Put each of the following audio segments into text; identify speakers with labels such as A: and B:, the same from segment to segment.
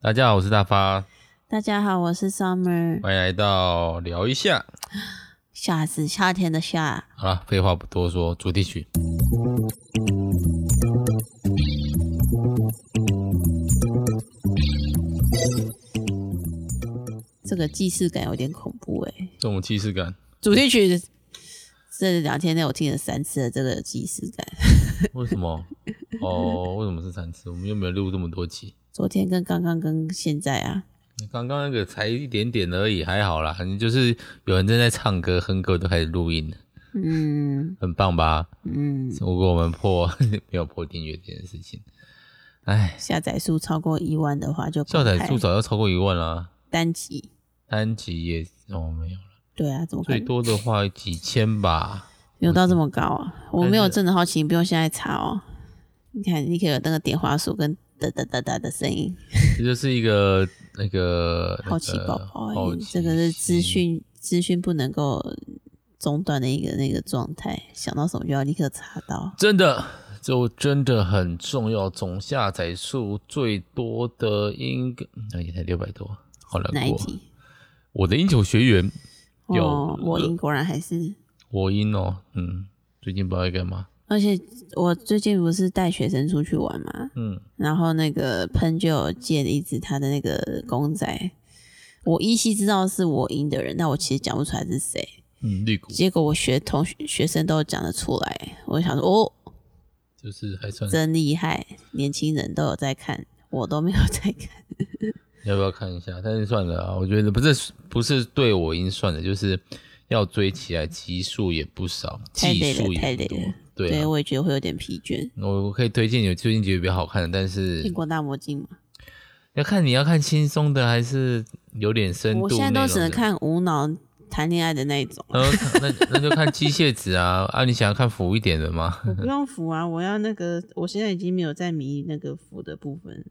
A: 大家好，我是大发，
B: 大家好，我是 Summer。
A: 欢迎来到聊一下。
B: 夏是夏天的夏，
A: 好了，废话不多说，主题曲。
B: 这个既视感有点恐怖哎、
A: 这种既视感，
B: 主题曲这两天内我听了三次了，这个既视感。
A: 为什么？哦，为什么是三次？我们又没有录这么多集。
B: 昨天跟刚刚跟现在啊，
A: 刚刚那个才一点点而已，还好啦。反正就是有人正在唱歌、哼歌，都开始录音了，
B: 嗯
A: 很棒吧？
B: 嗯，
A: 如果我们破 没有破订阅这件事情，哎，
B: 下载数超过一万的话就公
A: 下
B: 开
A: 载数早要超过一万啦、
B: 单集。
A: 单集也哦没有了，
B: 对啊，怎么可
A: 最
B: 能
A: 多的话几千吧。
B: 有到这么高啊？我没有真的好奇，你不用现在查哦。你看，你可以有那个点滑鼠跟哒哒哒哒的声音，
A: 这就是一个那个
B: 好奇宝
A: 那
B: 宝、
A: 个好
B: 欸，
A: 奇
B: 这个是资
A: 心
B: 讯资讯不能够中断的一个那个状态，想到什么就要立刻查到。
A: 真的，就真的很重要。总下载数最多的应该那也才六百多，好
B: 哪
A: 难
B: 一
A: 过。
B: 题？
A: 我的英球学员呃有
B: 哦，我赢果然还是，
A: 我英哦，嗯，最近不知道在干嘛，
B: 而且我最近不是带学生出去玩嘛，
A: 嗯，
B: 然后那个喷就有借了一只他的那个公仔，我依稀知道是我赢的人，但我其实讲不出来是谁。
A: 嗯，绿谷
B: 结果我学同学学生都讲得出来，我想说哦，
A: 就是还算。
B: 真厉害，年轻人都有在看，我都没有在看。
A: 要不要看一下？但是算了啊，我觉得不是不是对我音算的，就是要追起来，集数也不少，
B: 太
A: 技
B: 累了
A: 术
B: 太
A: 也
B: 累
A: 不多
B: 了。
A: 对啊，
B: 我也觉得会有点疲倦。
A: 我我可以推荐你最近觉得比较好看的，但是
B: 苹果大魔镜嘛，
A: 要看你要看轻松的还是有点深度。
B: 我现在都只能。看无脑谈恋爱的那一种。
A: 呃，那 那就看机械子啊啊！你想要看浮一点的吗？
B: 我不用扶啊，我要那个，我现在已经没有在迷那个扶的部分。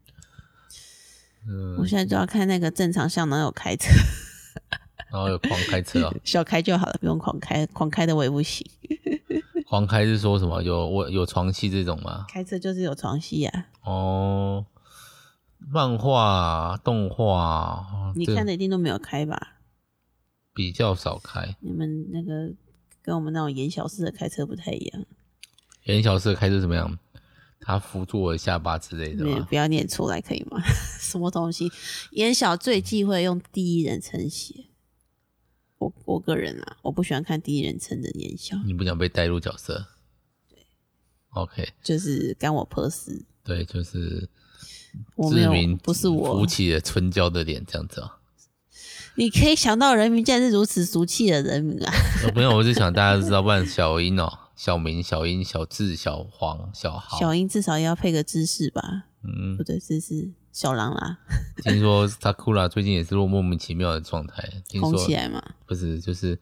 A: 嗯
B: 我现在就要看那个正常向男友开车，
A: 然后有狂开车哦，
B: 小开就好了，不用狂开，狂开的我也不行。
A: 狂开是说什么？有我有床戏这种吗？
B: 开车就是有床戏啊，
A: 哦，漫画、动画，
B: 你
A: 这
B: 看的一定都没有开吧？
A: 比较少开。
B: 你们那个跟我们那种演小事的开车不太一样，
A: 严小四的开车怎么样？他扶住我的下巴之类的
B: 你
A: 吗？
B: 不要念出来可以吗？ 什么东西？演小最忌讳用第一人称写。我我个人啊，我不喜欢看第一人称的演小，
A: 你不想被带入角色？对。OK，
B: 就是干我破事。
A: 对，就是
B: 我没
A: 志
B: 有
A: 明，
B: 不是
A: 浮
B: 我。
A: 起了春娇的脸这样子啊、
B: 你可以想到人名，竟然是如此俗气的人名啊！
A: 呃没有，我是想大家都知道，不然小英哦，小明、小英、小智、小黄、小豪，
B: 小英至少也要配个姿势吧？
A: 嗯
B: 不，对，姿势小狼啦，
A: 听说 Sakura 最近也是落莫名其妙的状态，听
B: 红
A: 说
B: 起来嘛。
A: 不是就是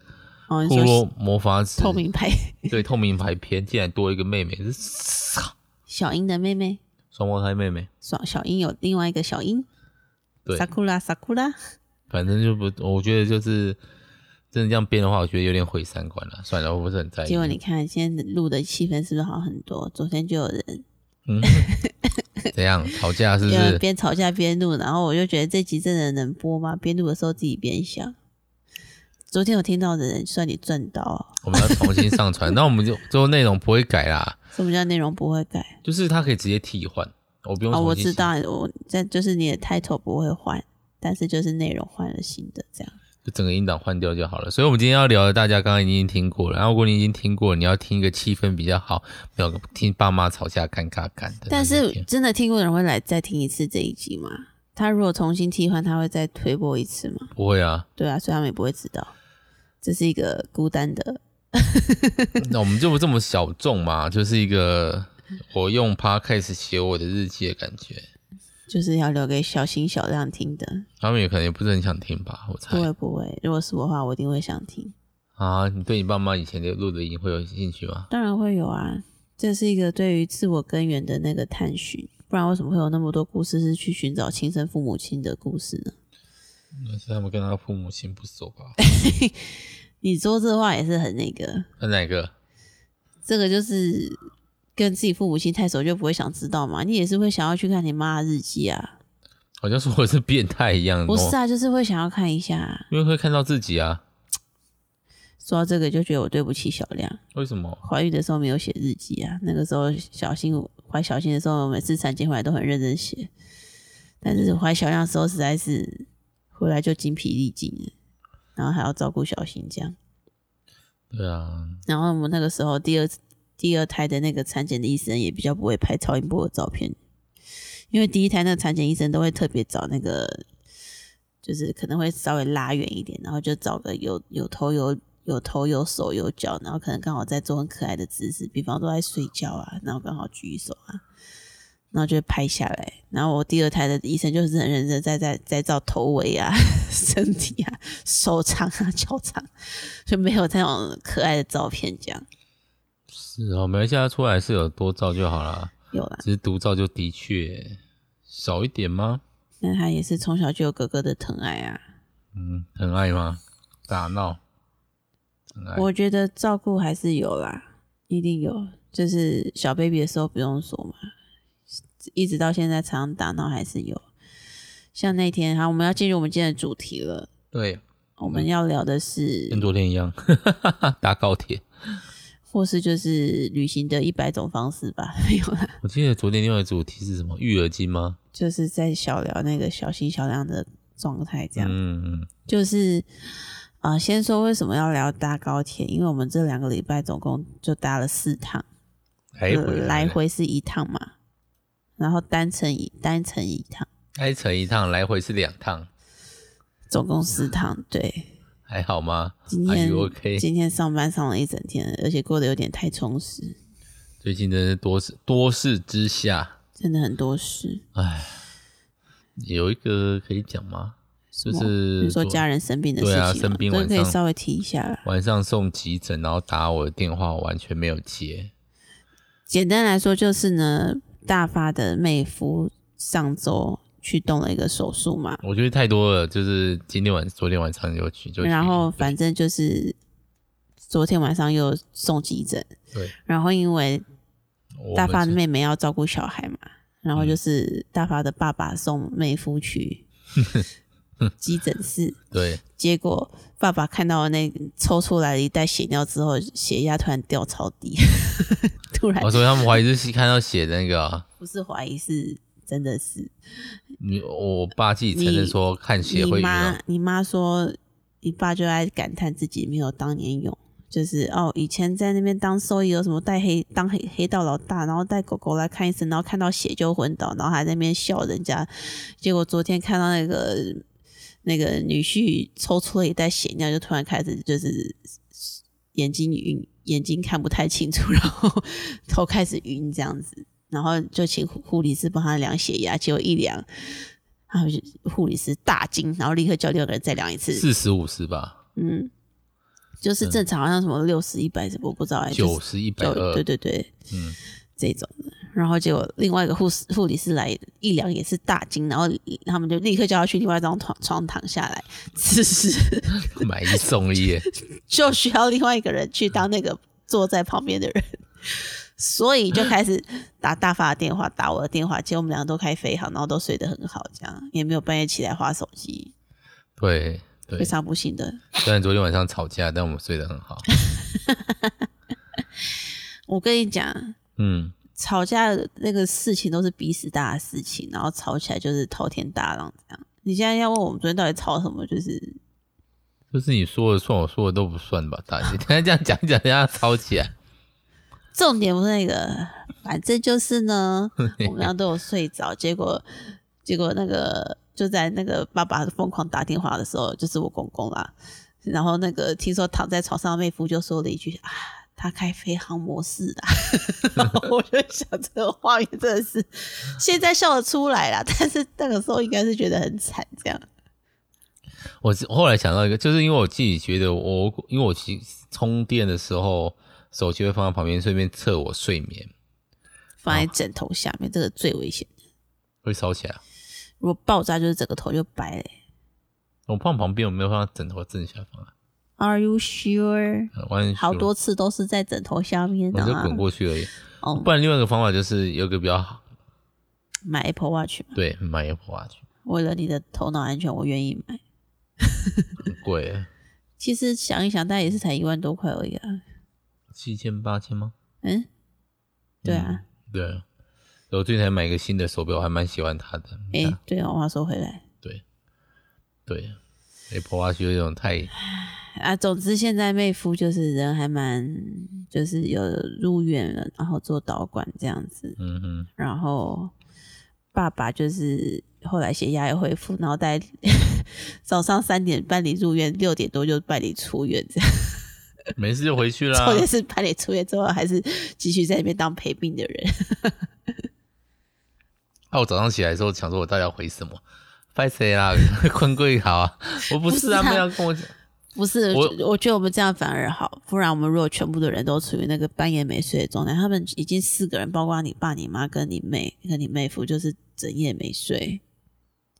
B: 哦，你
A: 库
B: 啊说
A: 洛魔法使
B: 透明牌，
A: 对透明牌篇竟然多一个妹妹，是操
B: 小英的妹妹，
A: 双胞胎妹妹，
B: 小小英有另外一个小英。
A: 对，
B: sakura sakura，
A: 反正就不，我觉得就是真的这样编的话，我觉得有点毁三观了。算了，我不是很在意。
B: 结果你看现在录的气氛是不是好很多？昨天就有人
A: 嗯，怎样吵架是不
B: 有人
A: 是？
B: 边吵架边录，然后我就觉得这集真的能播吗？边录的时候自己边想。昨天有听到的人，算你赚到哦。
A: 我们要重新上传， 那我们就最后内容不会改啦，
B: 什么叫内容不会改？
A: 就是它可以直接替换，我不用
B: 哦，
A: 重
B: 我
A: 新写
B: 知道，我这就是你的 title 不会换，但是就是内容换了新的这样。
A: 就整个音档换掉就好了。所以，我们今天要聊的，大家刚刚已经听过了。然后，如果你已经听过，你要听一个气氛比较好，没有听爸妈吵架尴尬感的那
B: 但
A: 一天。
B: 是真的听过的人会来再听一次这一集吗？他如果重新替换，他会再推播一次吗？
A: 不会啊，
B: 对啊，所以他们也不会知道，这是一个孤单的
A: 那我们就不这么小众嘛，就是一个我用 podcast 写我的日记的感觉。
B: 就是要留给小心小亮听的，
A: 他们也可能也不是很想听吧，我猜
B: 不。会不会。如果是我的话，我一定会想听，
A: 啊，你对你爸妈以前的录的音会有兴趣吗？
B: 当然会有啊。这是一个对于自我根源的那个探寻，不然为什么会有那么多故事是去寻找亲生父母亲的故事呢？
A: 那是他们跟他父母亲不熟吧？
B: 你说这话也是很那个，
A: 那哪个？
B: 这个就是跟自己父母亲太熟就不会想知道嘛，你也是会想要去看你妈的日记啊。
A: 好像说我是变态一样，
B: 不
A: 哦
B: 是啊，就是会想要看一下。啊
A: 因为会看到自己啊。
B: 说到这个，就觉得我对不起小亮。
A: 为什么？
B: 怀孕的时候没有写日记啊，那个时候小新怀小新的时候，每次产检回来都很认真写，但是怀小亮的时候实在是回来就精疲力尽了，然后还要照顾小新这样。
A: 对啊，
B: 然后我们那个时候第二第二胎的那个产检的医生也比较不会拍超音波的照片，因为第一胎那个产检医生都会特别找那个，就是可能会稍微拉远一点，然后就找个有有头有有头有手有脚，然后可能刚好在做很可爱的姿势，比方说在睡觉啊，然后刚好举手啊。然后就会拍下来，然后我第二胎的医生就是很认真在在在照头围啊、 身体啊、手长啊、脚长，就没有那种可爱的照片这样。
A: 是哦，没关系啊，出来是有多照就好啦。
B: 有啦，
A: 只是独照就的确少一点吗？
B: 那他也是从小就有哥哥的疼爱啊。
A: 嗯，很爱吗？打闹，很爱。
B: 我觉得照顾还是有啦，一定有。就是小 baby 的时候不用说嘛，一直到现在常常打闹还是有。像那天，好，我们要进入我们今天的主题了。
A: 对，
B: 我们要聊的是，
A: 跟昨天一样， 搭高铁。
B: 或是就是旅行的一百种方式吧， 没有啦，
A: 我记得昨天另外一个主题是什么？育儿经吗？
B: 就是在小聊那个小心小亮的状态这样。
A: 嗯嗯，
B: 就是啊、呃先说为什么要聊搭高铁，因为我们这两个礼拜总共就搭了四趟，
A: 来回
B: 呃来，回是一趟嘛，然后单程一单程一趟，
A: 开程一趟，来回是两趟，
B: 总共四趟。对，
A: 还好吗？
B: 今
A: Are
B: 天
A: you OK？
B: 今天上班上了一整天，而且过得有点太充实，
A: 最近真的是多事多事之下，
B: 真的很多事。
A: 有一个可以讲吗？就
B: 什么
A: 是
B: 比如说
A: 昨
B: 家人生病的事
A: 对
B: 情
A: 啊
B: 嘛，
A: 生病
B: 这个可以
A: 晚上
B: 稍微提一下啦。
A: 晚上送急诊，然后打我的电话，我完全没有接。
B: 简单来说就是呢，大发的妹夫上周去动了一个手术嘛，
A: 我觉得太多了，就是今天晚昨天晚上就去，就去
B: 然后反正就是昨天晚上又送急诊，
A: 对，
B: 然后因为
A: 我
B: 大
A: 们
B: 发的
A: 是嗯
B: 妹妹要照顾小孩嘛，然后就是大发的爸爸送妹 夫去急诊室，
A: 对
B: 结果爸爸看到那抽出来了一袋血尿之后，血压突然掉超低， 突然
A: 我说哦他们怀疑是看到写的那个啊，
B: 不是怀疑是真的是
A: 你我爸自己承认
B: 你
A: 说看血会
B: 你
A: 晕啊
B: 妈，你妈说，你爸就在感叹自己没有当年勇，就是哦，以前在那边当兽医有什么带黑当黑黑道老大，然后带狗狗来看医生，然后看到血就昏倒，然后还在那边笑人家，结果昨天看到那个那个女婿抽出了一袋血尿，就突然开始就是眼睛晕，眼睛看不太清楚，然后 头开始晕这样子。然后就请护护理师帮他量血压，结果一量，然后就护理师大惊，然后立刻叫六个人再量一次，
A: 四十五十吧，
B: 嗯，就是正常好像什么六十、一百，我不知道哎、就是
A: 九十一百
B: 就
A: 二
B: 对，对对，
A: 嗯，
B: 这种的。然后结果另外一个护士护理师来一量也是大惊，然后他们就立刻叫他去另外一张床床躺下来，此时
A: 买一送一 耶，
B: 就需要另外一个人去当那个坐在旁边的人。所以就开始打大发的电话，打我的电话，结果我们两个都开飞航，然后都睡得很好，这样也没有半夜起来划手机，
A: 对对
B: 非，常不幸的。
A: 虽然昨天晚上吵架，但我们睡得很好，
B: 我跟你讲，
A: 嗯，
B: 吵架的那个事情都是彼此大的事情，然后吵起来就是滔天大浪这样。你现在要问我们昨天到底吵什么，就是
A: 就是你说的算，我说的都不算吧，大姐，等 一下这样讲一讲，等一下吵起来，
B: 重点不是那个，反正就是呢，我们俩都有睡着，结果结果那个就在那个爸爸疯狂打电话的时候，就是我公公啦。然后那个听说躺在床上的妹夫就说了一句啊。他开飞航模式的， 然后我就想这个画面真的是现在笑得出来啦，但是那个时候应该是觉得很惨这样。
A: 我是后来想到一个，就是因为我自己觉得我，因为我其实充电的时候，手机会放在旁边，顺便测我睡眠，
B: 放在枕头下面，这个最危险。
A: 会烧起来。
B: 如果爆炸，就是整个头就白了欸。
A: 我放旁边，我没有放在枕头正下方啊，
B: Are you sure？
A: 嗯完全
B: 好多次都是在枕头下面
A: 我
B: 的
A: 就
B: 啊
A: 滚。过去而已。
B: 哦
A: 不，然另外一个方法就是有一个比较好，
B: 买 Apple Watch 嘛，
A: 对，买 Apple Watch，
B: 为了你的头脑安全，我愿意买。
A: 很贵啊耶，
B: 其实想一想，但也是才一万多块而已啊。
A: 七千八千吗？
B: 嗯，对啊，
A: 嗯，对啊。我最近才买一个新的手表，我还蛮喜欢它的。
B: 哎、
A: 你看
B: 对哦，话说回来
A: 对对，Apple 啊 Watch 有一种太
B: 啊，总之现在妹夫就是人还蛮，就是有入院了，然后做导管这样子，
A: 嗯哼，
B: 然后爸爸就是后来血压也恢复，然后大概 早上三点办理入院，六点多就办理出院，这样。
A: 没事就回去 啦
B: 重。点是办理出院之后，还是继续在里面当陪病的人。
A: 那、我早上起来的时候想说，我到底要回什么？拜谁啦？ 坤贵好啊！我不是啊，
B: 不是啊
A: 没有跟我讲。
B: 不是，
A: 我
B: 我我觉得我们这样反而好，不然我们如果全部的人都处于那个半夜没睡的状态，他们已经四个人，包括你爸、你妈跟你妹、跟你妹夫，就是整夜没睡，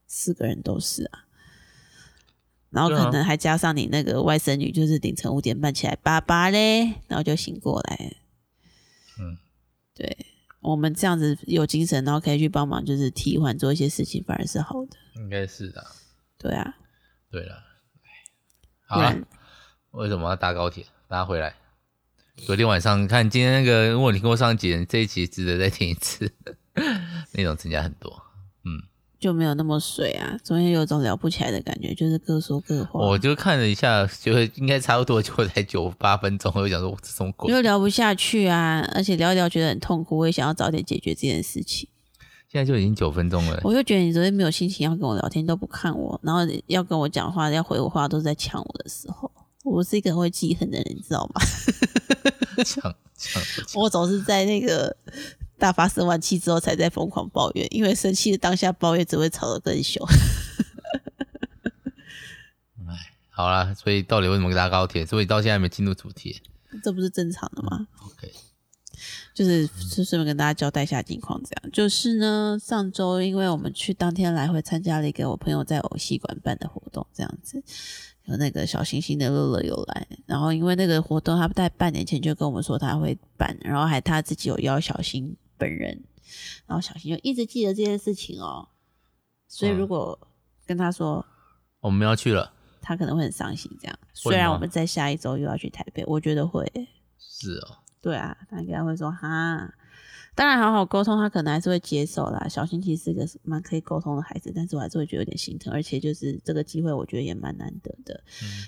B: 四个人都是啊。然后
A: 对啊
B: 可能还加上你那个外甥女，就是凌晨五点半起来，爸爸嘞，然后就醒过来。
A: 嗯，
B: 对，我们这样子有精神，然后可以去帮忙，就是替换做一些事情，反而是好的。
A: 应该是的、
B: 对啊，
A: 对了，
B: 不
A: 好了
B: 然，
A: 为什么要搭高铁？搭回来。昨天晚上看今天那个，如果你听过上一集，这一集值得再听一次， 内容增加很多。
B: 就没有那么水啊。昨天有种聊不起来的感觉，就是各说各话，
A: 我就看了一下，觉得应该差不多就才九八分钟，我就想说，我这什么鬼
B: 因？为聊不下去啊，而且聊一聊觉得很痛苦，我也想要早点解决这件事情。
A: 现在就已经九分钟了。
B: 我就觉得你昨天没有心情要跟我聊天，都不看我，然后要跟我讲话、要回我话，都是在抢我的时候。我是一个会记恨的人，你知道吗？
A: 抢抢
B: 我总是在那个大发生完气之后，才在疯狂抱怨，因为生气的当下抱怨只会吵得更凶。
A: 好啦，所以到底为什么搭高铁？所以到现在还没进入主题。
B: 这不是正常的吗？
A: 嗯 OK，
B: 就是就顺便跟大家交代一下近况，这样就是呢，上周因为我们去当天来回参加了一个我朋友在偶戏馆办的活动，这样子有那个小星星的乐乐有来，然后因为那个活动他在半年前就跟我们说他会办，然后还他自己有邀小新本人，然后小新就一直记得这件事情哦，所以
A: 嗯
B: 如果跟他说。
A: 我们要去了。
B: 他可能会很伤心，这样。
A: 会
B: 虽然
A: 吗
B: 我们在下一周又要去台北，我觉得会、欸
A: 是哦，
B: 对啊，他应该会说哈。当然，好好沟通，他可能还是会接受啦。小新其实是个蛮可以沟通的孩子，但是我还是会觉得有点心疼，而且就是这个机会，我觉得也蛮难得的。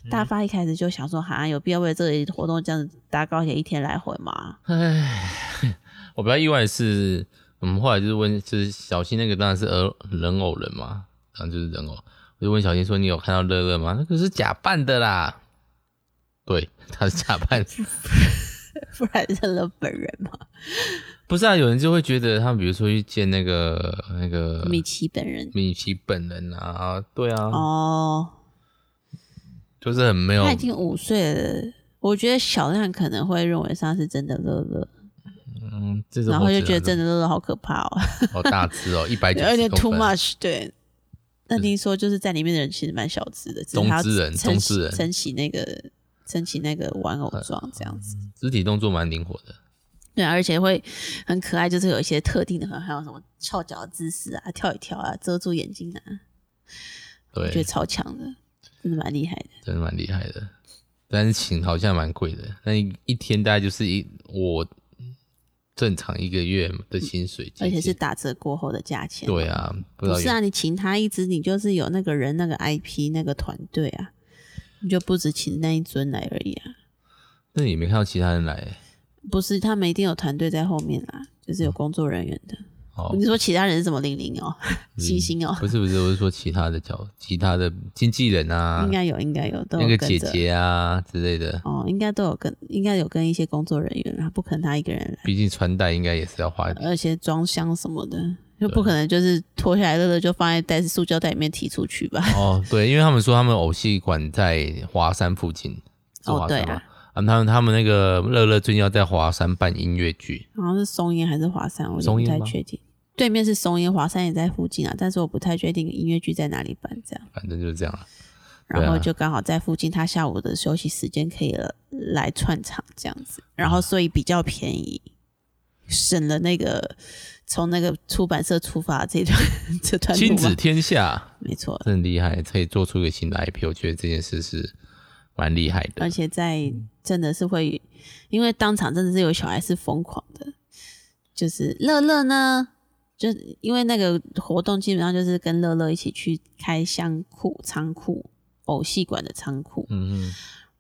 B: 大发一开始就想说，哈，有必要为了这个活动这样子搭高铁一天来回吗？
A: 唉，我比较意外的是，我们后来就是问，就是小新那个当然是儿人偶人嘛，当然就是人偶。我就问小新说：“你有看到乐乐吗？那个是假扮的啦。”对，他是假扮的。
B: 不然认了本人嘛，
A: 不是啊，有人就会觉得他们比如说去见那个那个
B: 米奇本人。
A: 米奇本人啊，对啊，
B: 哦，
A: 就是很没有
B: 他已经五岁了，我觉得小亮可能会认为他是真的乐乐，
A: 嗯，这种
B: 然后就觉得
A: 这
B: 真的乐乐好可怕哦。
A: 好大只哦，一百九
B: 有点 too
A: 公分。
B: much。对，那听说就是在里面的人其实蛮小资的，只
A: 中
B: 是他
A: 之人
B: 撑
A: 中
B: 起
A: 之人嗯
B: 撑起那个撑起那个玩偶装这样子。
A: 肢体动作蛮灵活的。
B: 对啊，而且会很可爱，就是有一些特定的，还有什么翘脚的姿势啊，跳一跳啊，遮住眼睛啊，我觉得
A: 对，
B: 超强的，真的蛮厉害的。
A: 真的蛮厉害的。但是请好像蛮贵的，那一一天大概就是一我正常一个月的薪水接近，
B: 而且是打折过后的价钱。
A: 对。啊，不知
B: 不
A: 道
B: 是
A: 有、
B: 啊，你请他一只，你就是有那个人、那个 IP、那个团队啊，你就不止请那一尊来而已啊。
A: 那也没看到其他人来、
B: 不是，他们一定有团队在后面啦，就是
A: 嗯
B: 有工作人员的。
A: 哦嗯
B: 你，说其他人是什么零零哦，星星哦，
A: 不是不是，我是说其他的角，其他的经纪人啊
B: 应，该有，应该有，都有
A: 那个
B: 跟
A: 姐
B: 着
A: 姐啊之类的，
B: 哦，应该都有跟，应该有跟一些工作人员啦，不可能他一个人
A: 毕竟穿戴应该也是要花一点。
B: 来，而且装箱什么的，就不可能就是脱下来乐乐就放在袋子塑胶袋里面提出去吧？
A: 哦，对，因为他们说他们偶戏馆在华山附近，是
B: 哦
A: 华山
B: 对啊
A: 吗啊，他们他们那个乐乐最近要在华山办音乐剧，
B: 好像是松烟还是华山，我也
A: 松
B: 不
A: 烟
B: 太
A: 吗
B: 确定。对面是松烟，华山也在附近啊，但是我不太确定音乐剧在哪里办这样。
A: 反正就是这样了。对啊
B: 然后就刚好在附近，他下午的休息时间可以了来串场这样子，然后所以比较便宜，省了那个从那个出版社出发这段这段路
A: 亲
B: 嘛
A: 子天下
B: 没错，
A: 真的很厉害，可以做出一个新的 IP，我觉得这件事是蛮厉害的
B: 而。且在真的是会，因为当场真的是有小孩是疯狂的，就是乐乐呢，就因为那个活动基本上就是跟乐乐一起去开箱库仓库偶戏馆的仓库，
A: 嗯嗯，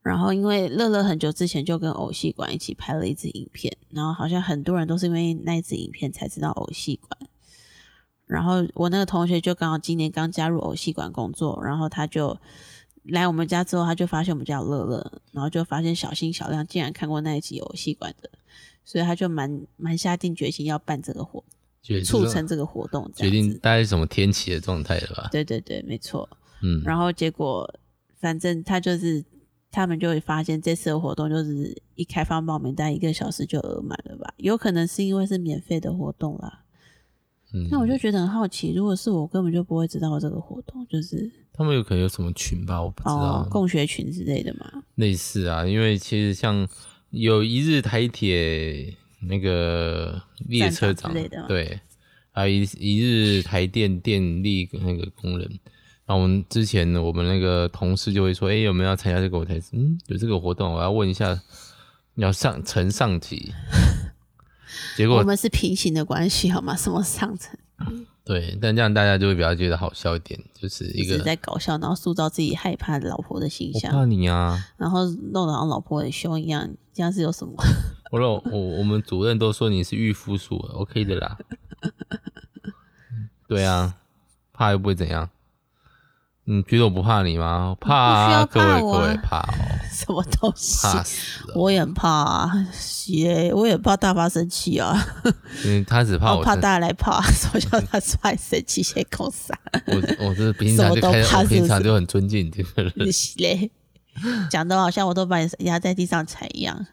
B: 然后因为乐乐很久之前就跟偶戏馆一起拍了一支影片，然后好像很多人都是因为那一支影片才知道偶戏馆。然后我那个同学就刚好今年刚加入偶戏馆工作，然后他就来我们家之后，他就发现我们家有乐乐，然后就发现小新小亮竟然看过那一集偶戏馆的，所以他就蛮蛮下定决心要办这个活，
A: 决定
B: 促成这个活动，这
A: 决
B: 样
A: 定
B: 子。
A: 大概是什么天气的状态了吧？
B: 对对对，没错。
A: 嗯，
B: 然后结果反正他就是他们就会发现这次的活动就是一开放报名单一个小时就额满了吧，有可能是因为是免费的活动啦。
A: 嗯
B: 那我就觉得很好奇，如果是我根本就不会知道这个活动，就是
A: 他们有可能有什么群吧，我不知道
B: 哦，共学群之类的嘛。
A: 类似啊，因为其实像有一日台铁那个列车
B: 站长之类的吗
A: 对，还有一一日台电电力那个工人。然后我们之前呢我们那个同事就会说：“哎、有没有要参加这个？”我才知嗯，有这个活动，我要问一下，要上呈上 级。结
B: 我
A: 果
B: 们是平行的关系好吗？ 什么上层
A: 对，但这样大家就会比较觉得好笑一点，就是一
B: 只
A: 个
B: 是在搞笑，然后塑造自己害怕老婆的形
A: 我怕
B: 象，
A: 你啊！
B: 然后弄得好像老婆很凶一样，这样是有什么？
A: 我老我我们主任都说你是御夫属，OK 的啦。对啊，怕又不会怎样。你觉得我不怕你吗？怕啊，
B: 你不需
A: 各位
B: 要怕我啊
A: 各位怕哦，
B: 什么东西？
A: 怕死了。
B: 我也很怕啊，耶！我也怕大发生气啊，
A: 嗯，他只怕
B: 我
A: 我
B: 怕
A: 生，
B: 大家来怕， 所以叫他出来生气先搞啥？
A: 我 我是平常
B: 什么
A: 就
B: 都
A: 开始，
B: 怕
A: 我
B: 是不是
A: 平常就很尊敬这个人。
B: 你是嘞，讲的好像我都把你压在地上踩一样，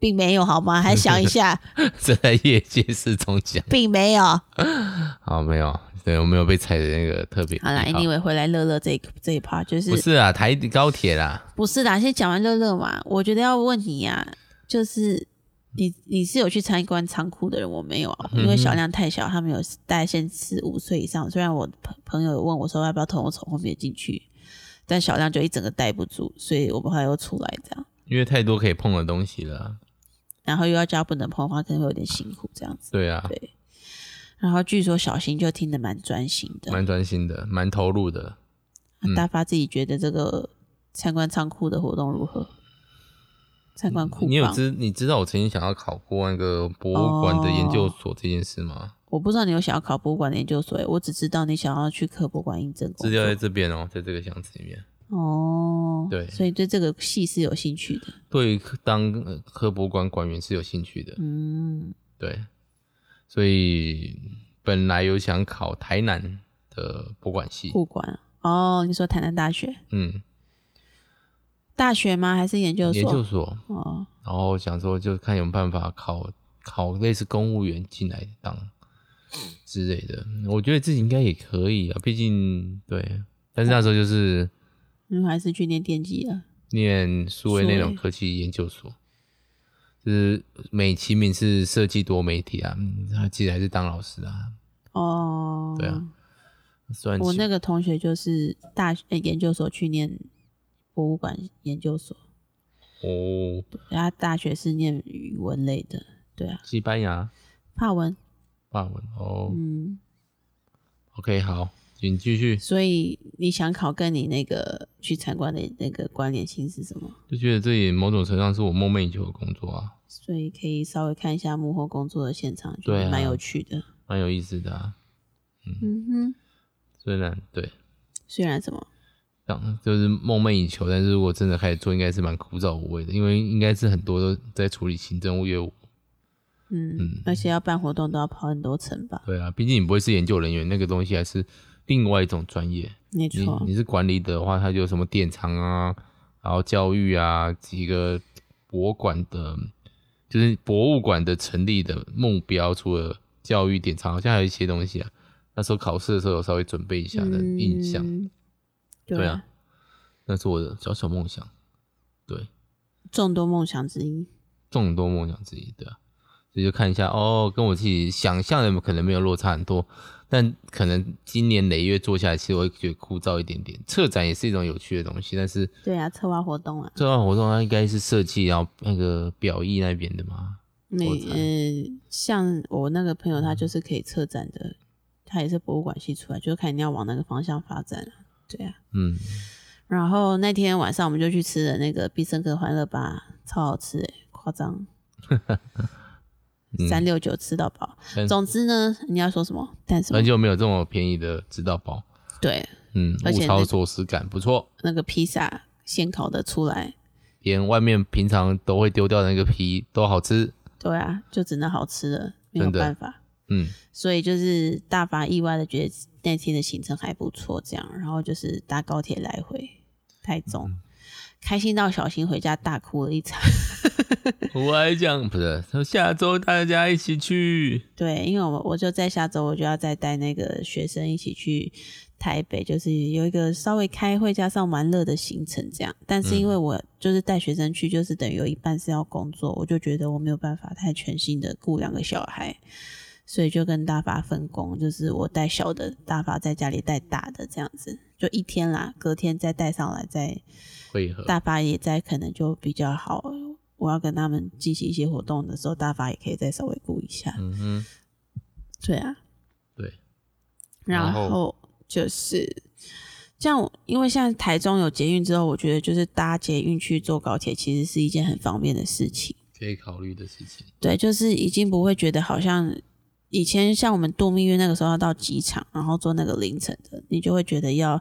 B: 并没有好吗？还想一下，
A: 这在业界 是中奖，
B: 并没有。好
A: 好没有，对我没有被踩的那个特别。
B: 啦 a n y w a y 回来乐乐这一这一趴就是
A: 不是啊，台高铁啦，
B: 不是啦，先讲完乐乐嘛。我觉得要问你呀、就是你你是有去参观仓库的人，我没有啊，
A: 嗯
B: 因为小亮太小，他们有大概限是五岁以上。虽然我朋朋友有问我说要不要同我从后面进去，但小亮就一整个待不住，所以我们后来又出来这样，
A: 因为太多可以碰的东西了啊。
B: 然后又要叫他不能碰的话，可能会有点辛苦这样子。
A: 对啊，
B: 对，然后据说小新就听得蛮专心的，
A: 蛮嗯专心的，蛮投入的。
B: 那大发自己觉得这个参观仓库的活动如何？参观库房，
A: 你有知你知道我曾经想要考过那个博物馆的研
B: 哦
A: 究所这件事吗？
B: 我不知道你有想要考博物馆的研究所耶，欸我只知道你想要去科博馆应征
A: 资
B: 工
A: 料在
B: 作。
A: 这边哦，在这个箱子里面。
B: 哦，
A: 对
B: 所以对这个系是有兴趣的。
A: 对于当呃科博馆馆员是有兴趣的，
B: 嗯，
A: 对，所以本来有想考台南的博物馆系，
B: 库馆哦，你说台南大学
A: 嗯，
B: 大学吗？还是研究
A: 研
B: 所？
A: 究所，
B: 哦，
A: 然后想说就看有没有办法考考类似公务员进来当之类的，我觉得自己应该也可以啊，毕竟对，但是那时候就是。
B: 你还是去念电机了。
A: 念数位内容科技研究所，就是美其名是设计多媒体啊，嗯他其实还是当老师啊，
B: 哦，
A: 对啊，虽然
B: 我
A: 其
B: 那个同学就是大学、呃研究所去念博物馆研究所，
A: 哦，
B: 他大学是念语文类的，对啊，
A: 西班牙
B: 法文，
A: 法文哦、
B: 嗯，
A: o k 好，请继续，
B: 所以你想考跟你那个去参观的那个关联性是什么？
A: 就觉得这也某种程度上是我梦寐以求的工作啊，
B: 所以可以稍微看一下幕后工作的现场，觉
A: 对啊
B: 得蛮有趣的。
A: 蛮有意思的啊，
B: 嗯哼，
A: 虽然对。
B: 虽然什么
A: 这样就是梦寐以求，但是如果真的开始做，应该是蛮枯燥无味的，因为应该是很多都在处理行政业务。
B: 嗯，而且要办活动都要跑很多层吧？
A: 对啊，毕竟你不会是研究人员，那个东西还是另外一种专业。
B: 没
A: 你
B: 错，
A: 你是管理的话，它就有什么电厂啊，然后教育啊，几个博物馆的，就是博物馆的成立的目标，除了教育典藏，好像还有一些东西啊。那时候考试的时候有稍微准备一下的印象，
B: 嗯对
A: 对啊，那是我的小小梦想，对，
B: 众多梦想之一。
A: 众多梦想之一，对啊。所以就看一下哦，跟我自己想象的可能没有落差很多，但可能今年累月做下来，其实我会觉得枯燥一点点。策展也是一种有趣的东西，但是
B: 对啊，策划活动啊，
A: 这段活动它应该是设计然后那个表意那边的嘛，
B: 每
A: 我猜
B: 呃，像我那个朋友，他就是可以策展的，他也是博物馆系出来，就是看你要往那个方向发展啊。对啊，
A: 嗯，
B: 然后那天晚上我们就去吃了那个必胜客欢乐吧，超好吃哎、夸张，
A: 嗯
B: 三六九吃到饱。
A: 但
B: 总之呢，你要说什么？但是
A: 很久没有这么便宜的指导包，
B: 对
A: 嗯，
B: 而
A: 物
B: 且那
A: 超
B: 个
A: 所值感不错，
B: 那个披萨现烤的出来，
A: 连外面平常都会丢掉的那个皮都好吃，
B: 对啊，就只能好吃了，没有
A: 真的
B: 办法。
A: 嗯，
B: 所以就是大发意外的觉得那天的行程还不错，这样，然后就是搭高铁来回台中，
A: 嗯
B: 开心到小新回家大哭了一场。
A: 我还讲不是，说下周大家一起去，
B: 对，因为我我就在下周我就要再带那个学生一起去台北，就是有一个稍微开会加上玩乐的行程这样。但是因为我就是带学生去，就是等于有一半是要工作，我就觉得我没有办法太全心的顾两个小孩，所以就跟大发分工，就是我带小的，大发在家里带大的这样子，就一天啦，隔天再带上来再
A: 会合，
B: 大发也在，可能就比较好。我要跟他们进行一些活动的时候，大发也可以再稍微顾一下。
A: 嗯哼，
B: 对啊，
A: 对，
B: 然
A: 然后
B: 后就是这样，因为现在台中有捷运之后，我觉得就是搭捷运去坐高铁，其实是一件很方便的事情。
A: 可以考虑的事情，
B: 对，就是已经不会觉得好像以前像我们度蜜月那个时候要到机场，然后坐那个凌晨的，你就会觉得要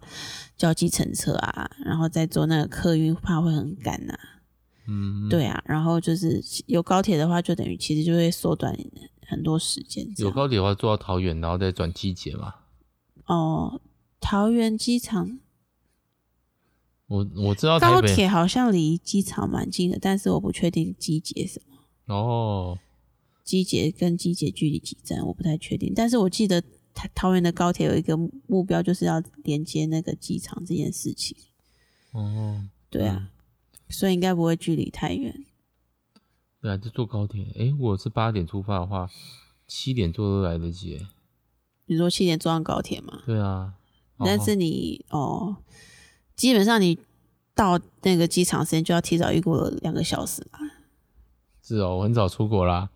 B: 叫计程车啊，然后再坐那个客运，怕会很赶呐、
A: 嗯，，
B: 对啊，然后就是有高铁的话，就等于其实就会缩短很多时间这
A: 有
B: 样。
A: 高铁的话坐到桃园，然后再转机捷嘛，
B: 哦，桃园机场
A: 我我知道台
B: 高
A: 北
B: 铁好像离机场蛮近的，但是我不确定机捷什么，
A: 哦，
B: 机捷跟机捷距离几站，我不太确定。但是我记得桃桃园的高铁有一个目标，就是要连接那个机场这件事情。
A: 哦，
B: 对啊，所以应该不会距离太远。
A: 对啊，就坐高铁，诶，我是八点出发的话，七点坐都来得及耶，
B: 你说七点坐上高铁吗？
A: 对啊，
B: 但是
A: 哦
B: 你哦，基本上你到那个机场时间就要提早预估了两个小时啦。
A: 是哦，我很早出国啦，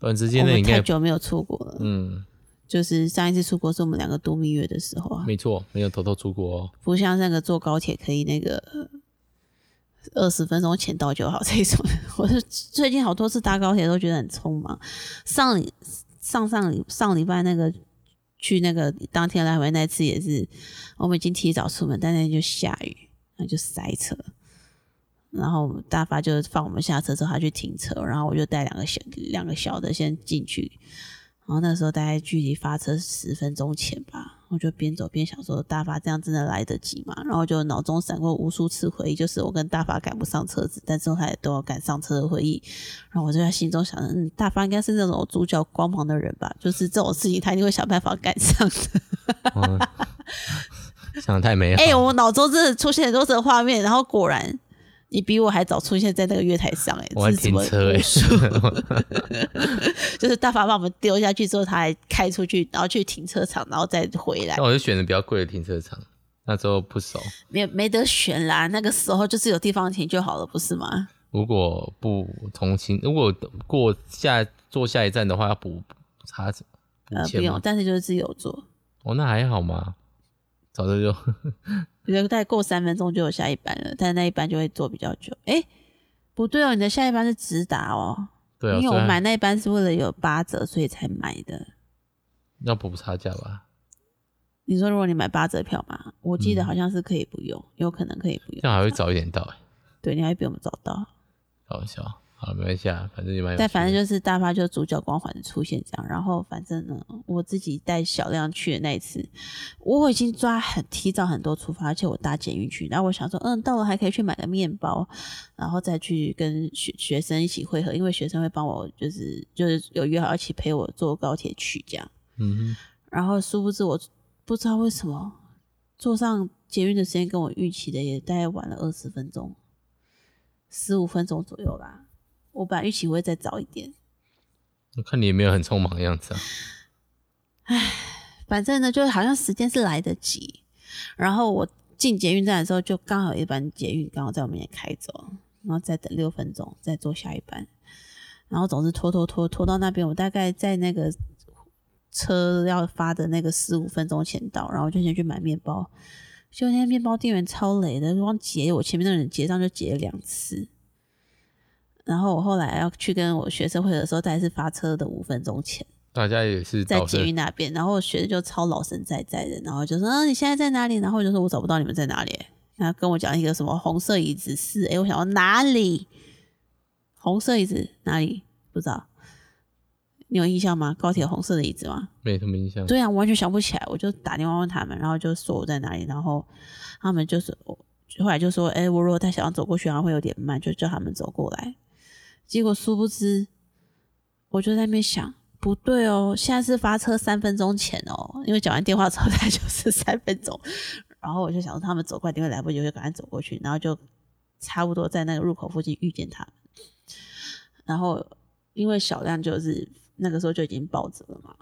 A: 短时
B: 嗯我
A: 间内
B: 们
A: 应
B: 太
A: 该，
B: 久没有出国了，
A: 嗯，
B: 就是上一次出国是我们两个度蜜月的时候啊。
A: 没错，没有偷偷出国哦，
B: 不像那个坐高铁可以那个呃二十分钟前到就好这种。 我是最近好多次搭高铁都觉得很匆忙，上礼上上礼上礼拜那个去那个当天来回那次也是，我们已经提早出门，但那天就下雨，然后就塞车。然后大发就放我们下车之后，他去停车，然后我就带两个小两个小的先进去，然后那时候大概距离发车十分钟前吧，我就边走边想说大发这样真的来得及吗？然后就脑中闪过无数次回忆，就是我跟大发赶不上车子，但是我还都有赶上车的回忆。然后我就在心中想着，嗯，大发应该是那种主角光芒的人吧，就是这种事情他一定会想办法赶上的。
A: 嗯想得太美好
B: 哎、
A: 了，
B: 我脑中真的出现很多这个画面，然后果然你比我还早出现在那个月台上、哎，
A: 我还
B: 这是什
A: 停
B: 么
A: 车哎、
B: 魔术就是大发把我们丢下去之后，他还开出去，然后去停车场，然后再回来
A: 那。我就选的比较贵的停车场，那时候不熟。
B: 没没得选啦，那个时候就是有地方停就好了，不是吗？
A: 如果不重新，如果过下坐下一站的话，要补差补
B: 呃，不
A: 钱
B: 用
A: 吗，？
B: 但是就是自由坐，
A: 哦，那还好嘛，早就就
B: 我觉得大概过三分钟就有下一班了，但是那一班就会坐比较久。哎，不对哦，你的下一班是直达哦，
A: 对啊，
B: 因为我
A: 虽然
B: 买那一班是为了有八折，所以才买的。
A: 要补差价吧，
B: 你说如果你买八折票嘛，我记得
A: 嗯
B: 好像是可以不用，有可能可以不
A: 这样
B: 用。
A: 还会早一点到、欸，
B: 对，你还比我们早到，
A: 搞笑。好了，没关系啊，反正你蛮有趣的。
B: 但反正就是大发就主角光环的出现这样，然后反正呢，我自己带小亮去的那一次，我已经抓很提早很多出发，而且我搭捷运去，然后我想说，嗯，到了还可以去买个面包，然后再去跟学学生一起会合，因为学生会帮我，就是就是有约好一起陪我坐高铁去这样，
A: 嗯
B: 然后殊不知我不知道为什么坐上捷运的时间跟我预期的也大概晚了二十分钟，十五分钟左右啦，我本来预期会再早一点。
A: 哼，我看你也没有很匆忙的样子啊。
B: 反正呢，就好像时间是来得及。然后我进捷运站的时候，就刚好有一班捷运刚好在我们也开走，然后再等六分钟，再坐下一班。然后总是拖拖拖拖到那边，我大概在那个车要发的那个十五分钟前到，然后我就先去买面包。就那面包店员超雷的，光结我前面那人结账就结了两次。然后我后来要去跟我学生会的时候，大概是发车的五分钟前。
A: 大家也是
B: 在
A: 导
B: 捷
A: 致
B: 运那边，然后我学的就超老神在在的，然后就说：“嗯、你现在在哪里？”然后我就说：“我找不到你们在哪里。”然后跟我讲一个什么红色椅子是，哎，我想要哪里？红色椅子哪里？不知道，你有印象吗？高铁红色的椅子吗？
A: 没什么印象。
B: 对啊，我完全想不起来，我就打电话问他们，然后就说我在哪里，然后他们就是我后来就说，哎、我如果太想要走过去，然后会有点慢，就叫他们走过来。结果殊不知，我就在那边想，不对哦，现在是发车三分钟前哦，因为讲完电话之后，它就是三分钟。然后我就想说，他们走过来定会来不及，我就赶快走过去，然后就差不多在那个入口附近遇见他们。然后因为小亮就是那个时候就已经抱着了嘛，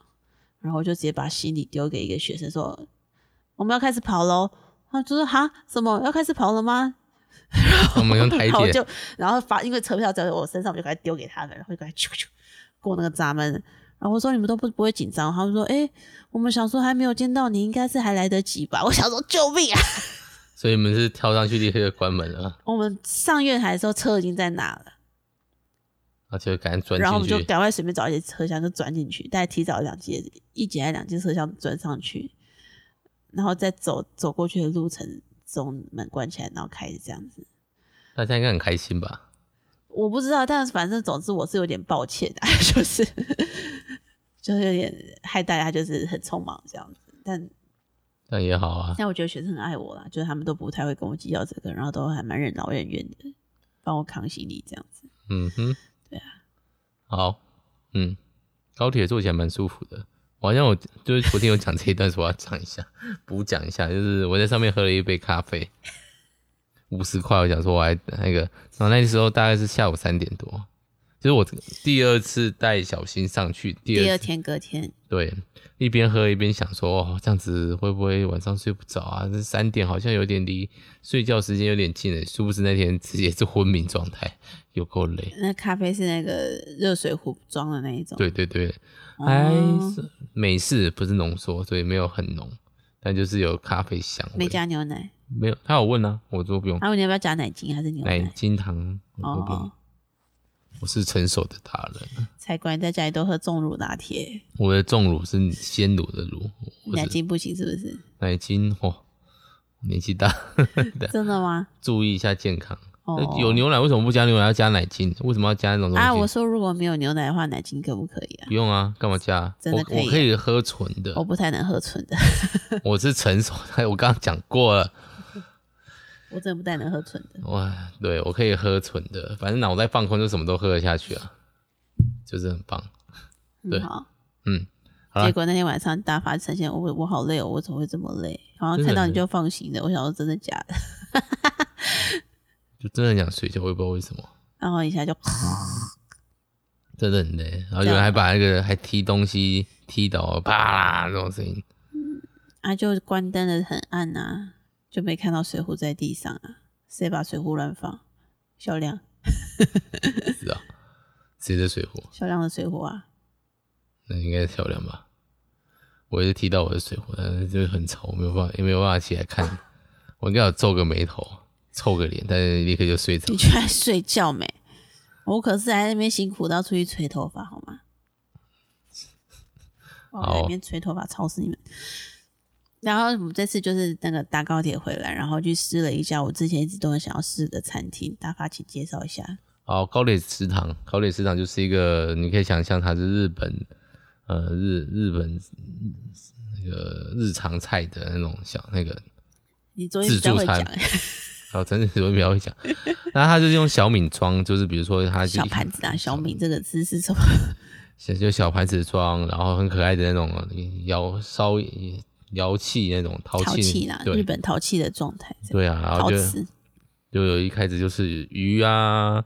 B: 然后我就直接把行李丢给一个学生说：“我们要开始跑喽。”他就说：“哈，什么要开始跑了吗？”
A: 我们用台
B: 然后我
A: 阶
B: 啊就，然后发，因为车票在我身上，我就赶快丢给他们，然后就赶快咻咻过那个闸门。然后我说：“你们都不不会紧张？”他们说：“哎、我们想说还没有见到你，应该是还来得及吧？”我 想说：“救命啊！”
A: 所以你们是跳上去立刻就关门了，
B: 我们上月台的时候车已经在那了。
A: 而且赶紧
B: 然后
A: 钻
B: 我们就
A: 进去。
B: 赶快随便找一节车厢就钻进去，大概提早两节一节还两节车厢钻上去，然后再走走过去的路程中门关起来，然后开始这样子。
A: 大家应该很开心吧？
B: 我不知道，但是反正总之我是有点抱歉的、 就是就是有点害大家就是很匆忙这样子。但
A: 这样也好啊。
B: 但我觉得学生很爱我啦，就是他们都不太会跟我计较这个，然后都还蛮任劳任怨的，帮我扛行李这样子。
A: 嗯哼，
B: 对
A: 啊，好，嗯，高铁坐起来蛮舒服的。我好像我就是昨天有讲这一段，所以我要讲一下， 补讲一下，就是我在上面喝了一杯咖啡，五十块，我想说我还那个，然后那时候大概是下午三点多，就是我第二次带小新上去，第二
B: 第
A: 次
B: 二天隔天，
A: 对，一边喝一边想说，哦，这样子会不会晚上睡不着啊？这三点好像有点离睡觉时间有点近了，殊不知那天直接是昏迷状态，有够累。
B: 那咖啡是那个热水壶装的那一种。
A: 对对对，
B: 哦
A: 还是美式不是浓缩，所以没有很浓，但就是有咖啡香味。
B: 没加牛奶。
A: 没有，他有问啊，我说不用
B: 还、有你要不要加奶精还是牛奶？
A: 奶精糖，我说不用，
B: 哦，
A: 我是成熟的大人，
B: 才怪你在家里都喝重乳拿铁，
A: 我的重乳是鲜乳的乳，我
B: 奶
A: 是
B: 精不行是不 是？
A: 奶精哦，年纪大，
B: 真的吗？
A: 注意一下健康。
B: 哦，
A: 有牛奶为什么不加牛奶？要加奶精？为什么要加那种东西？
B: 啊！我说如果没有牛奶的话，奶精可不可以啊？
A: 不用啊，干嘛加？
B: 真的
A: 我
B: 可以哦
A: 我可以喝纯的
B: 我，不太能喝纯 的，
A: 我是成熟的，我刚刚讲过了。
B: 我真的不太能喝纯的。
A: 哇，对我可以喝纯的，反正脑袋放空就什么都喝得下去啊，就是很棒。对
B: 嗯好，
A: 嗯，好啦
B: 结果那天晚上大发呈现，我我好累哦，我怎么会这么累？好像
A: 真的
B: 看到你
A: 很
B: 就放心了。我想说真的假的？
A: 就真的很想睡觉，我也不知道为什么，
B: 然后一下就
A: 真的很累。然后有人还把那个还踢东西踢倒，啪啦这种声音，
B: 啊，就关灯了，很暗啊，就没看到水壶在地上啊。谁把水壶乱放？小亮，
A: 是啊，谁的水壶？
B: 小亮的水壶啊。
A: 那应该是小亮吧？我也是踢到我的水壶，但是就是很吵，我没有办法，也没有办法起来看。我应该有皱个眉头，臭个脸，但是立刻就睡着
B: 你。居然睡觉没？我可是还在那边辛苦到出去吹头发，好吗？我在那边吹头发，吵死你们！然后我们这次就是那个搭高铁回来，然后去试了一下我之前一直都很想要试的餐厅。大发，请介绍一下。
A: 好，高铁食堂，高铁食堂就是一个，你可以想象它是日本，呃，日日本嗯那个日常菜的那种小那个，
B: 你昨天比较会 讲、欸、
A: 哦，真的是我比较会讲。那它就是用小米装，就是比如说它就
B: 小盘子啊，小米这个字是什么？
A: 小就小盘子装，然后很可爱的那种摇烧摇气那种陶
B: 淘气啦，日
A: 对
B: 本淘气的状态。
A: 对啊，然后
B: 陶
A: 就
B: 瓷
A: 就有一开始就是鱼啊，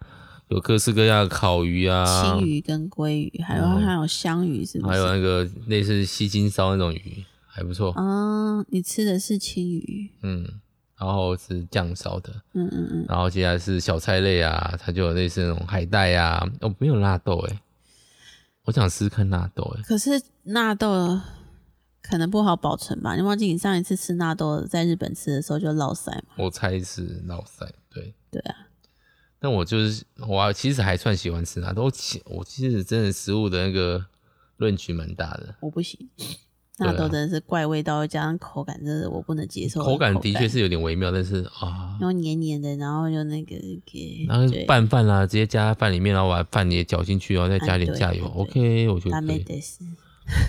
A: 有各式各样的烤鱼啊，
B: 青鱼跟鲑鱼，还有、
A: 嗯
B: 还有香鱼，是不是？
A: 还有那个类似西京烧那种鱼，还不错。
B: 啊，你吃的是青鱼，
A: 嗯，然后是酱烧的，
B: 嗯嗯嗯，
A: 然后接下来是小菜类啊，它就有类似那种海带啊，哦，没有纳豆诶、我想试试看纳豆欸诶、
B: 可是纳豆可能不好保存吧？你忘记你上一次吃纳豆在日本吃的时候就落腮嘛？
A: 我猜是老塞，对
B: 对啊，
A: 但我就是我其实还算喜欢吃纳豆，我其我其实真的食物的那个论据蛮大的，
B: 我不行，
A: 对啊
B: 纳豆真的是怪味道，加上口感，真的我不能接受。
A: 口感的确，是有点微妙，但是啊，
B: 然后黏黏的，然后又那个给
A: 然后
B: 嗯对
A: 拌饭啊啦、直接加在饭里面，然后把饭也搅进去，然后再加
B: 哎
A: 点
B: 对
A: 酱油
B: 哎
A: ，OK，我觉得
B: 拉
A: 可
B: 美
A: 以，
B: 德斯，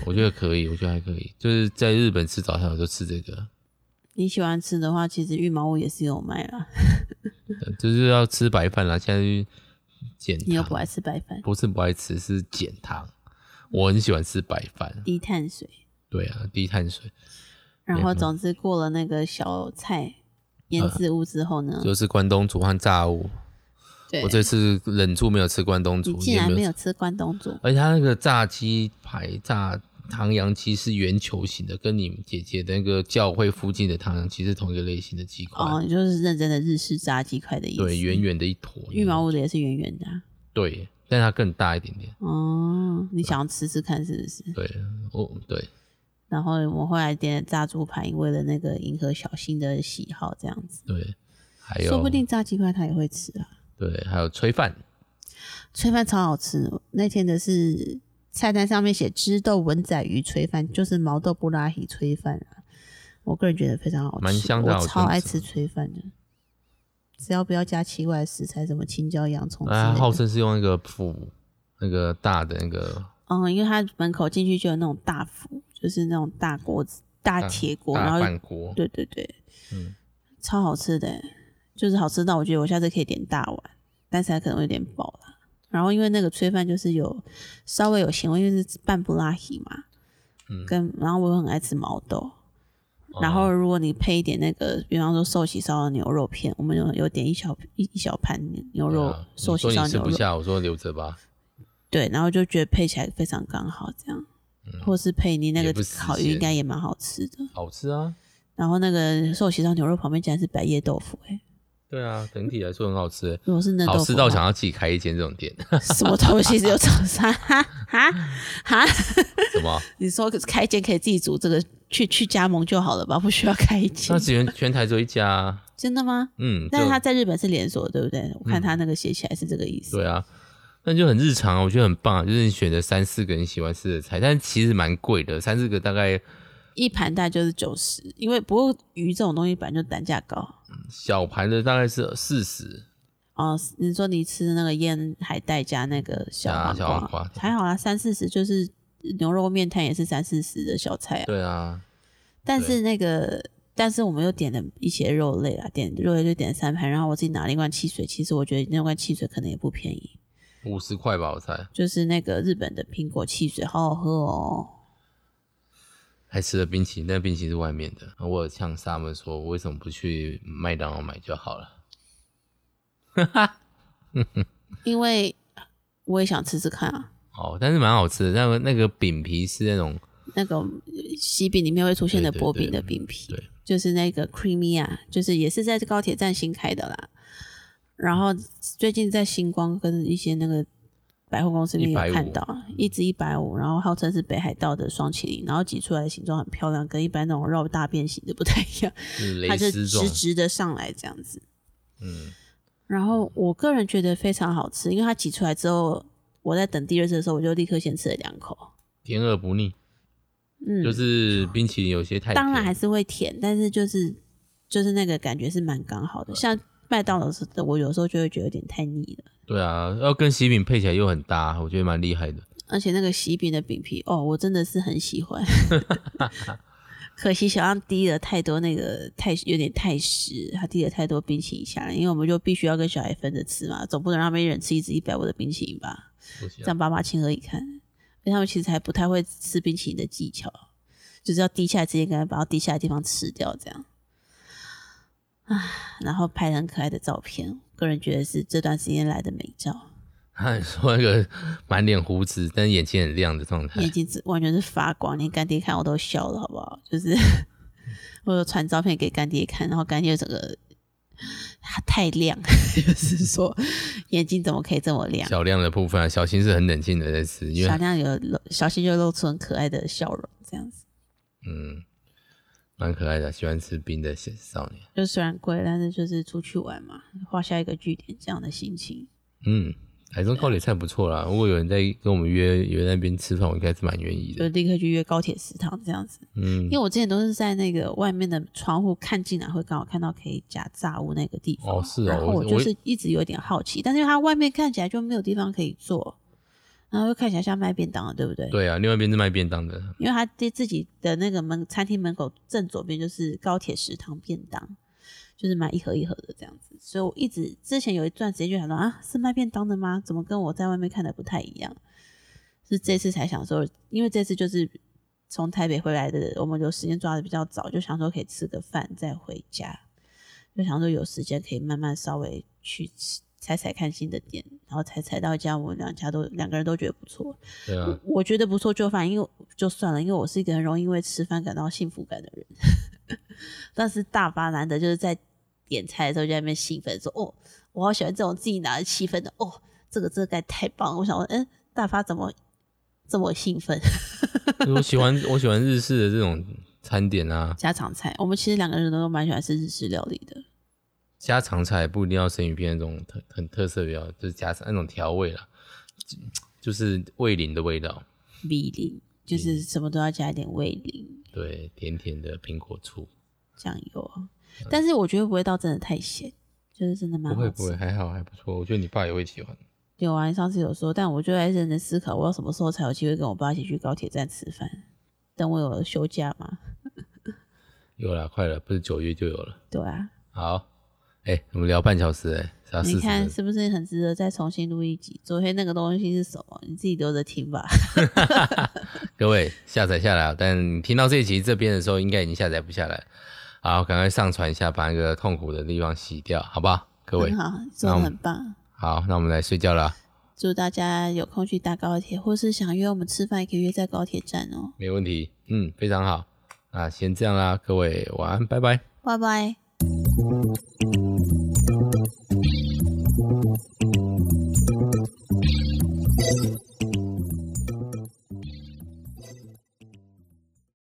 A: 我觉得可以，我觉得还可以，就是在日本吃早餐，我就吃这个。
B: 你喜欢吃的话，其实羽毛屋也是有卖啦。
A: 呃就是要吃白饭啦，现在去减糖。
B: 你又不爱吃白饭，
A: 不是不爱吃，是减糖。我很喜欢吃白饭，
B: 低碳水，
A: 对啊，低碳水，
B: 然
A: 嗯
B: 后总之过了那个小菜腌制物之后呢，
A: 就是关东煮和炸物。
B: 嗯对啊
A: 我，这次忍住没有吃关东
B: 你
A: 煮，
B: 竟
A: 也
B: 然
A: 没
B: 没
A: 有
B: 有
A: 吃，
B: 吃关东煮，
A: 而且它那个炸鸡排炸唐扬鸡是圆球形的，跟你姐姐的那个教会附近的唐扬鸡是同一个类型的鸡块，
B: 哦，你就是认真的日式炸鸡块的意思。
A: 对，圆圆的一坨。
B: 羽毛屋的也是圆圆的、啊。
A: 对，但它更大一点点。
B: 哦，你想要吃吃看是不是？
A: 对，哦，对，
B: 然后我后来点了炸猪排，为了那个迎合小新的喜好，这样子，
A: 对，还有，
B: 说不定炸鸡块他也会吃啊。
A: 对，还有炊饭，
B: 炊饭超好吃的，那天的是菜单上面写枝豆文仔鱼炊饭，就是毛豆布拉提炊饭啊。我个人觉得非常好吃，
A: 蛮香的啊
B: 我
A: 我
B: 超
A: 真
B: 爱
A: 吃
B: 吃炊饭的。只要不要加奇怪的食材，什么青椒、洋葱之类
A: 啊，
B: 的
A: 号称是用那个釜，那个大的那个
B: 嗯，因为它门口进去就有那种大釜，就是那种大锅子、大铁锅，然
A: 大
B: 后
A: 饭锅，
B: 对对对，
A: 嗯，
B: 超好吃的，欸就是好吃到我觉得我下次可以点大碗，但是它可能会有点饱了。然后因为那个炊饭就是有稍微有咸味，因为是半布拉提嘛，
A: 嗯
B: 跟然后我又很爱吃毛豆，然后
A: 哦
B: 如果你配一点那个，比方说寿喜烧的牛肉片，我们有有点一小一一小盘牛
A: 对
B: 肉
A: 啊
B: 寿
A: 你
B: 喜
A: 说
B: 烧
A: 你吃
B: 牛
A: 不
B: 肉，
A: 下，我说留着吧，
B: 对，然后就觉得配起来非常刚好，这样，或是配你那
A: 嗯也
B: 个
A: 不实
B: 烤鱼
A: 现
B: 应该也蛮好吃的。
A: 好吃啊，
B: 然后那个寿喜烧牛肉旁边竟然是百叶豆腐、欸，
A: 对啊，整体来说很好吃欸，
B: 如果是嫩豆
A: 好
B: 腐的话，
A: 吃到想要自己开一间这种店，
B: 什么东西只有早餐？哈哈哈！
A: 什 么？
B: 你说开间可以自己煮这个，去去加盟就好了吧？不需要开一间
A: 那，全全台只有一家啊，
B: 真的吗？
A: 嗯，
B: 但是
A: 就嗯
B: 他在日本是连锁的，对不对？我看他那个写起来是这个意思。
A: 对啊，那就很日常啊，我觉得很棒啊，就是你选择三四个你喜欢吃的菜，但其实蛮贵的，三四个大概
B: 一盘大概就是九十，因为不过鱼这种东西本来就单价高。啊
A: 小盘的大概是四十，
B: 哦，你说你吃那个腌海带加那个小
A: 加啊
B: 黄
A: 小
B: 瓜，
A: 黄瓜
B: 还好啦，三四十就是牛肉面摊也是三四十的小菜啊。
A: 对啊，
B: 但是那个，但是我们又点了一些肉类啦，点肉类就点三盘，然后我自己拿了一罐汽水。其实我觉得那罐汽水可能也不便宜，
A: 五十块吧，我猜，
B: 就是那个日本的苹果汽水，好好喝哦。
A: 还吃了冰淇淋，但冰淇淋是外面的。我有呛他们说，为什么不去麦当劳买就好了？
B: 因为我也想吃吃看啊，
A: 哦，但是蛮好吃的。那个那个饼皮是那种，
B: 那个西饼里面会出现的
A: 对对
B: 薄饼
A: 对嗯
B: 的饼皮，
A: 对
B: 就是那个 creamy 啊，就是也是在高铁站新开的啦。然后最近在星光跟一些那个百货公司里面有看到，一只一百五，然后号称是北海道的双麒麟，然后挤出来的形状很漂亮，跟一般那种绕大便型的不太一样，
A: 是
B: 嗯它
A: 蕾
B: 就
A: 丝状
B: 直，直的上来这样子。
A: 嗯，
B: 然后我个人觉得非常好吃，因为它挤出来之后，我在等第二次的时候，我就立刻先吃了两口。
A: 甜而不腻。
B: 嗯，
A: 就是冰淇淋有些太甜
B: 当然还是会甜，但是就是就是那个感觉是蛮刚好的。像麦当劳的，我有时候就会觉得有点太腻了，
A: 对啊，要跟喜饼配起来又很搭，我觉得蛮厉害的。
B: 而且那个喜饼的饼皮，哦，我真的是很喜欢。 可惜小亮滴了太多那个太有点太湿，他滴了太多冰淇淋下来，因为我们就必须要跟小孩分着吃嘛，总不能让他们一人吃一只一百五的冰淇淋吧，
A: 不行
B: 这
A: 啊
B: 样爸妈情何以堪？因为他们其实还不太会吃冰淇淋的技巧，就是要滴下来直接给他把它滴下来的地方吃掉这样。啊，然后拍了很可爱的照片，个人觉得是这段时间来的美照。
A: 他说那个满脸胡子，但是眼睛很亮的状态
B: 眼。睛是完全是发光，连干爹看我都笑了，好不好？ 就是我有传照片给干爹看，然后干爹整个他太亮， 就是说眼睛怎么可以这么亮？
A: 小亮的部分啊，小新是很冷静的在吃，因
B: 小
A: 为
B: 亮有露小新就露出很可爱的笑容，这样子。
A: 嗯，蛮可爱的，啊喜欢吃冰的小少年。
B: 就虽然贵，但是就是出去玩嘛，画下一个据点这样的心情。
A: 嗯，台中
B: 啊
A: 高铁菜不错啦。如果有人在跟我们约约在那边吃饭，我应该是蛮愿意
B: 就
A: 的。
B: 立刻去约高铁食堂这样子，
A: 嗯
B: 因为，我之前都是在那个外面的窗户看进来，会刚好看到可以夹炸物那个地方。
A: 哦是哦
B: 然后
A: 我
B: 我
A: 我
B: 就是一直有点好奇，但是它外面看起来就没有地方可以坐，然后又看起来像卖便当的，对不对？。
A: 对啊，另外一边是卖便当的，
B: 因为他对自己的那个门餐厅门口正左边就是高铁食堂便当，就是买一盒一盒的这样子，所以我一直之前有一段时间就想说啊，是卖便当的吗？怎么跟我在外面看的不太一样？是这次才想说，因为这次就是从台北回来的，我们有时间抓的比较早，就想说可以吃个饭再回家，就想说有时间可以慢慢稍微去吃。踩踩看新的店，然后才踩到一家我们两家都两个人都觉得不错，
A: 对啊
B: 我，我觉得不错就饭，因为就算了，因为我是一个很容易因为吃饭感到幸福感的人。 但是大巴难得就是在点菜的时候就在那边兴奋说：“哦，我好喜欢这种自己拿的气氛的，哦，这个这个该太棒了！”我想说，嗯，大发怎么这么兴奋？
A: 我喜欢我喜欢日式的这种餐点啊，
B: 家常菜，我们其实两个人都蛮喜欢吃日式料理的。
A: 家常菜不一定要生鱼片那种特很特色比较，就是家常那种调味啦，就就是味淋的味道，
B: 味淋就是什么都要加一点味淋、
A: 对，甜甜的苹果醋，
B: 酱油，啊但是我觉得不会到真的太咸，就是真的
A: 嗯
B: 蛮
A: 不
B: 好吃
A: 会不
B: 的。
A: 会，还好还不错，我觉得你爸也会喜欢。
B: 有啊，你上次有说，但我就在认真思考，我要什么时候才有机会跟我爸一起去高铁站吃饭？等我有休假嘛？
A: 有啦，快了，不是九月就有了。
B: 对啊，
A: 好，哎、我们聊半小时、哎，才四
B: 你
A: 十分
B: 看
A: 钟。
B: 啊是不是很值得再重新录一集？昨天那个东西是什么？你自己留着听吧。
A: 各位下载下来啊，但听到这一集这边的时候，应该已经下载不下来了。好，赶快上传一下，把那个痛苦的地方洗掉，好不好？各位
B: 很， 好，做的很棒。
A: 好，那我们来睡觉啦，
B: 祝大家有空去搭高铁，或是想约我们吃饭，也可以约在高铁站哦。
A: 没问题。嗯，非常好。那先这样啦，各位晚安，拜拜。
B: 拜拜。